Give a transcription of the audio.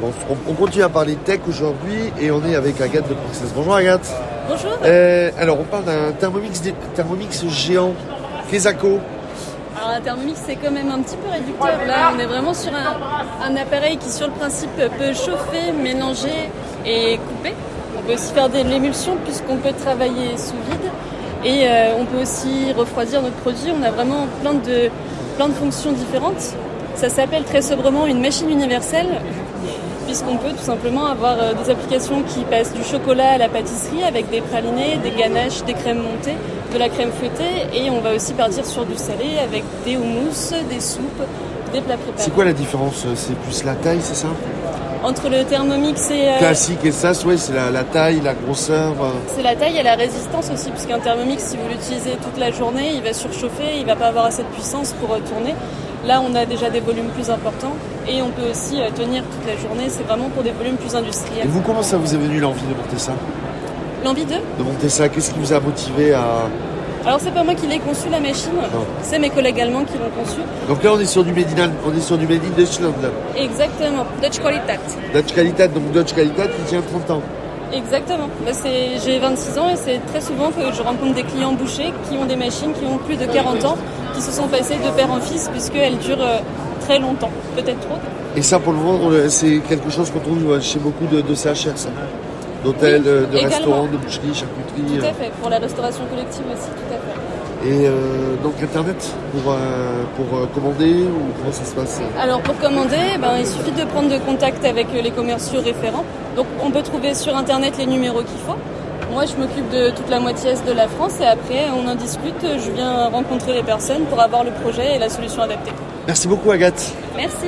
Bon, on, on continue à parler tech aujourd'hui et on est avec Agathe de Proxys. Bonjour Agathe. Bonjour. Euh, alors on parle d'un Thermomix, dé- Thermomix géant, Kesako. Alors la Thermomix c'est quand même un petit peu réducteur. Là on est vraiment sur un, un appareil qui sur le principe peut chauffer, mélanger et couper. On peut aussi faire de l'émulsion puisqu'on peut travailler sous vide et euh, on peut aussi refroidir notre produit. On a vraiment plein de, plein de fonctions différentes. Ça s'appelle très sobrement une machine universelle puisqu'on peut tout simplement avoir euh, des applications qui passent du chocolat à la pâtisserie avec des pralinés, des ganaches, des crèmes montées, de la crème fouettée et on va aussi partir sur du salé avec des houmous, des soupes, des plats C'est préparés. quoi la différence C'est plus la taille, c'est ça Entre le Thermomix et euh, Classique et ça, ouais, c'est la, la taille, la grosseur. euh. c'est la taille et la résistance aussi puisqu'un Thermomix si vous l'utilisez toute la journée, il va surchauffer, il va pas avoir assez de puissance pour euh, tourner. Là, on a déjà des volumes plus importants et on peut aussi euh, tenir toute la journée. C'est vraiment pour des volumes plus Et industriels. vous, comment ça vous est venu l'envie de monter ça L'envie de De monter ça, qu'est-ce qui vous a motivé à... Alors c'est pas moi qui l'ai conçu la machine, c'est mes collègues allemands qui l'ont conçu. Donc là, on est sur du Made in, on est sur du Made in Deutschland. Exactement. Dutch Qualitat. Dutch Qualitat, donc Dutch Qualitat qui tient 30 ans. Exactement. Bah, c'est- J'ai 26 ans et c'est très souvent que je rencontre des clients bouchers qui ont des machines qui ont plus de 40 ans, qui se sont passées de père en fils puisqu'elles durent euh, très longtemps, peut-être trop. Et ça, pour le vendre, le- c'est quelque chose qu'on trouve euh, chez beaucoup de, de CHR, ça. D'hôtels, Oui, euh, de également. restaurants, de boucheries, charcuteries. Tout à fait. Pour la restauration collective aussi, tout à fait. euh, Et euh, donc Internet pour, euh, pour euh, commander ou comment ça se passe euh Alors pour commander, ben, il suffit de prendre de contact avec euh, les commerciaux référents. Donc on peut trouver sur internet les numéros qu'il faut. Moi je m'occupe de toute la moitié est de la France et après on en discute, je viens rencontrer les personnes pour avoir le projet et la solution adaptée. Merci beaucoup Agathe. Merci.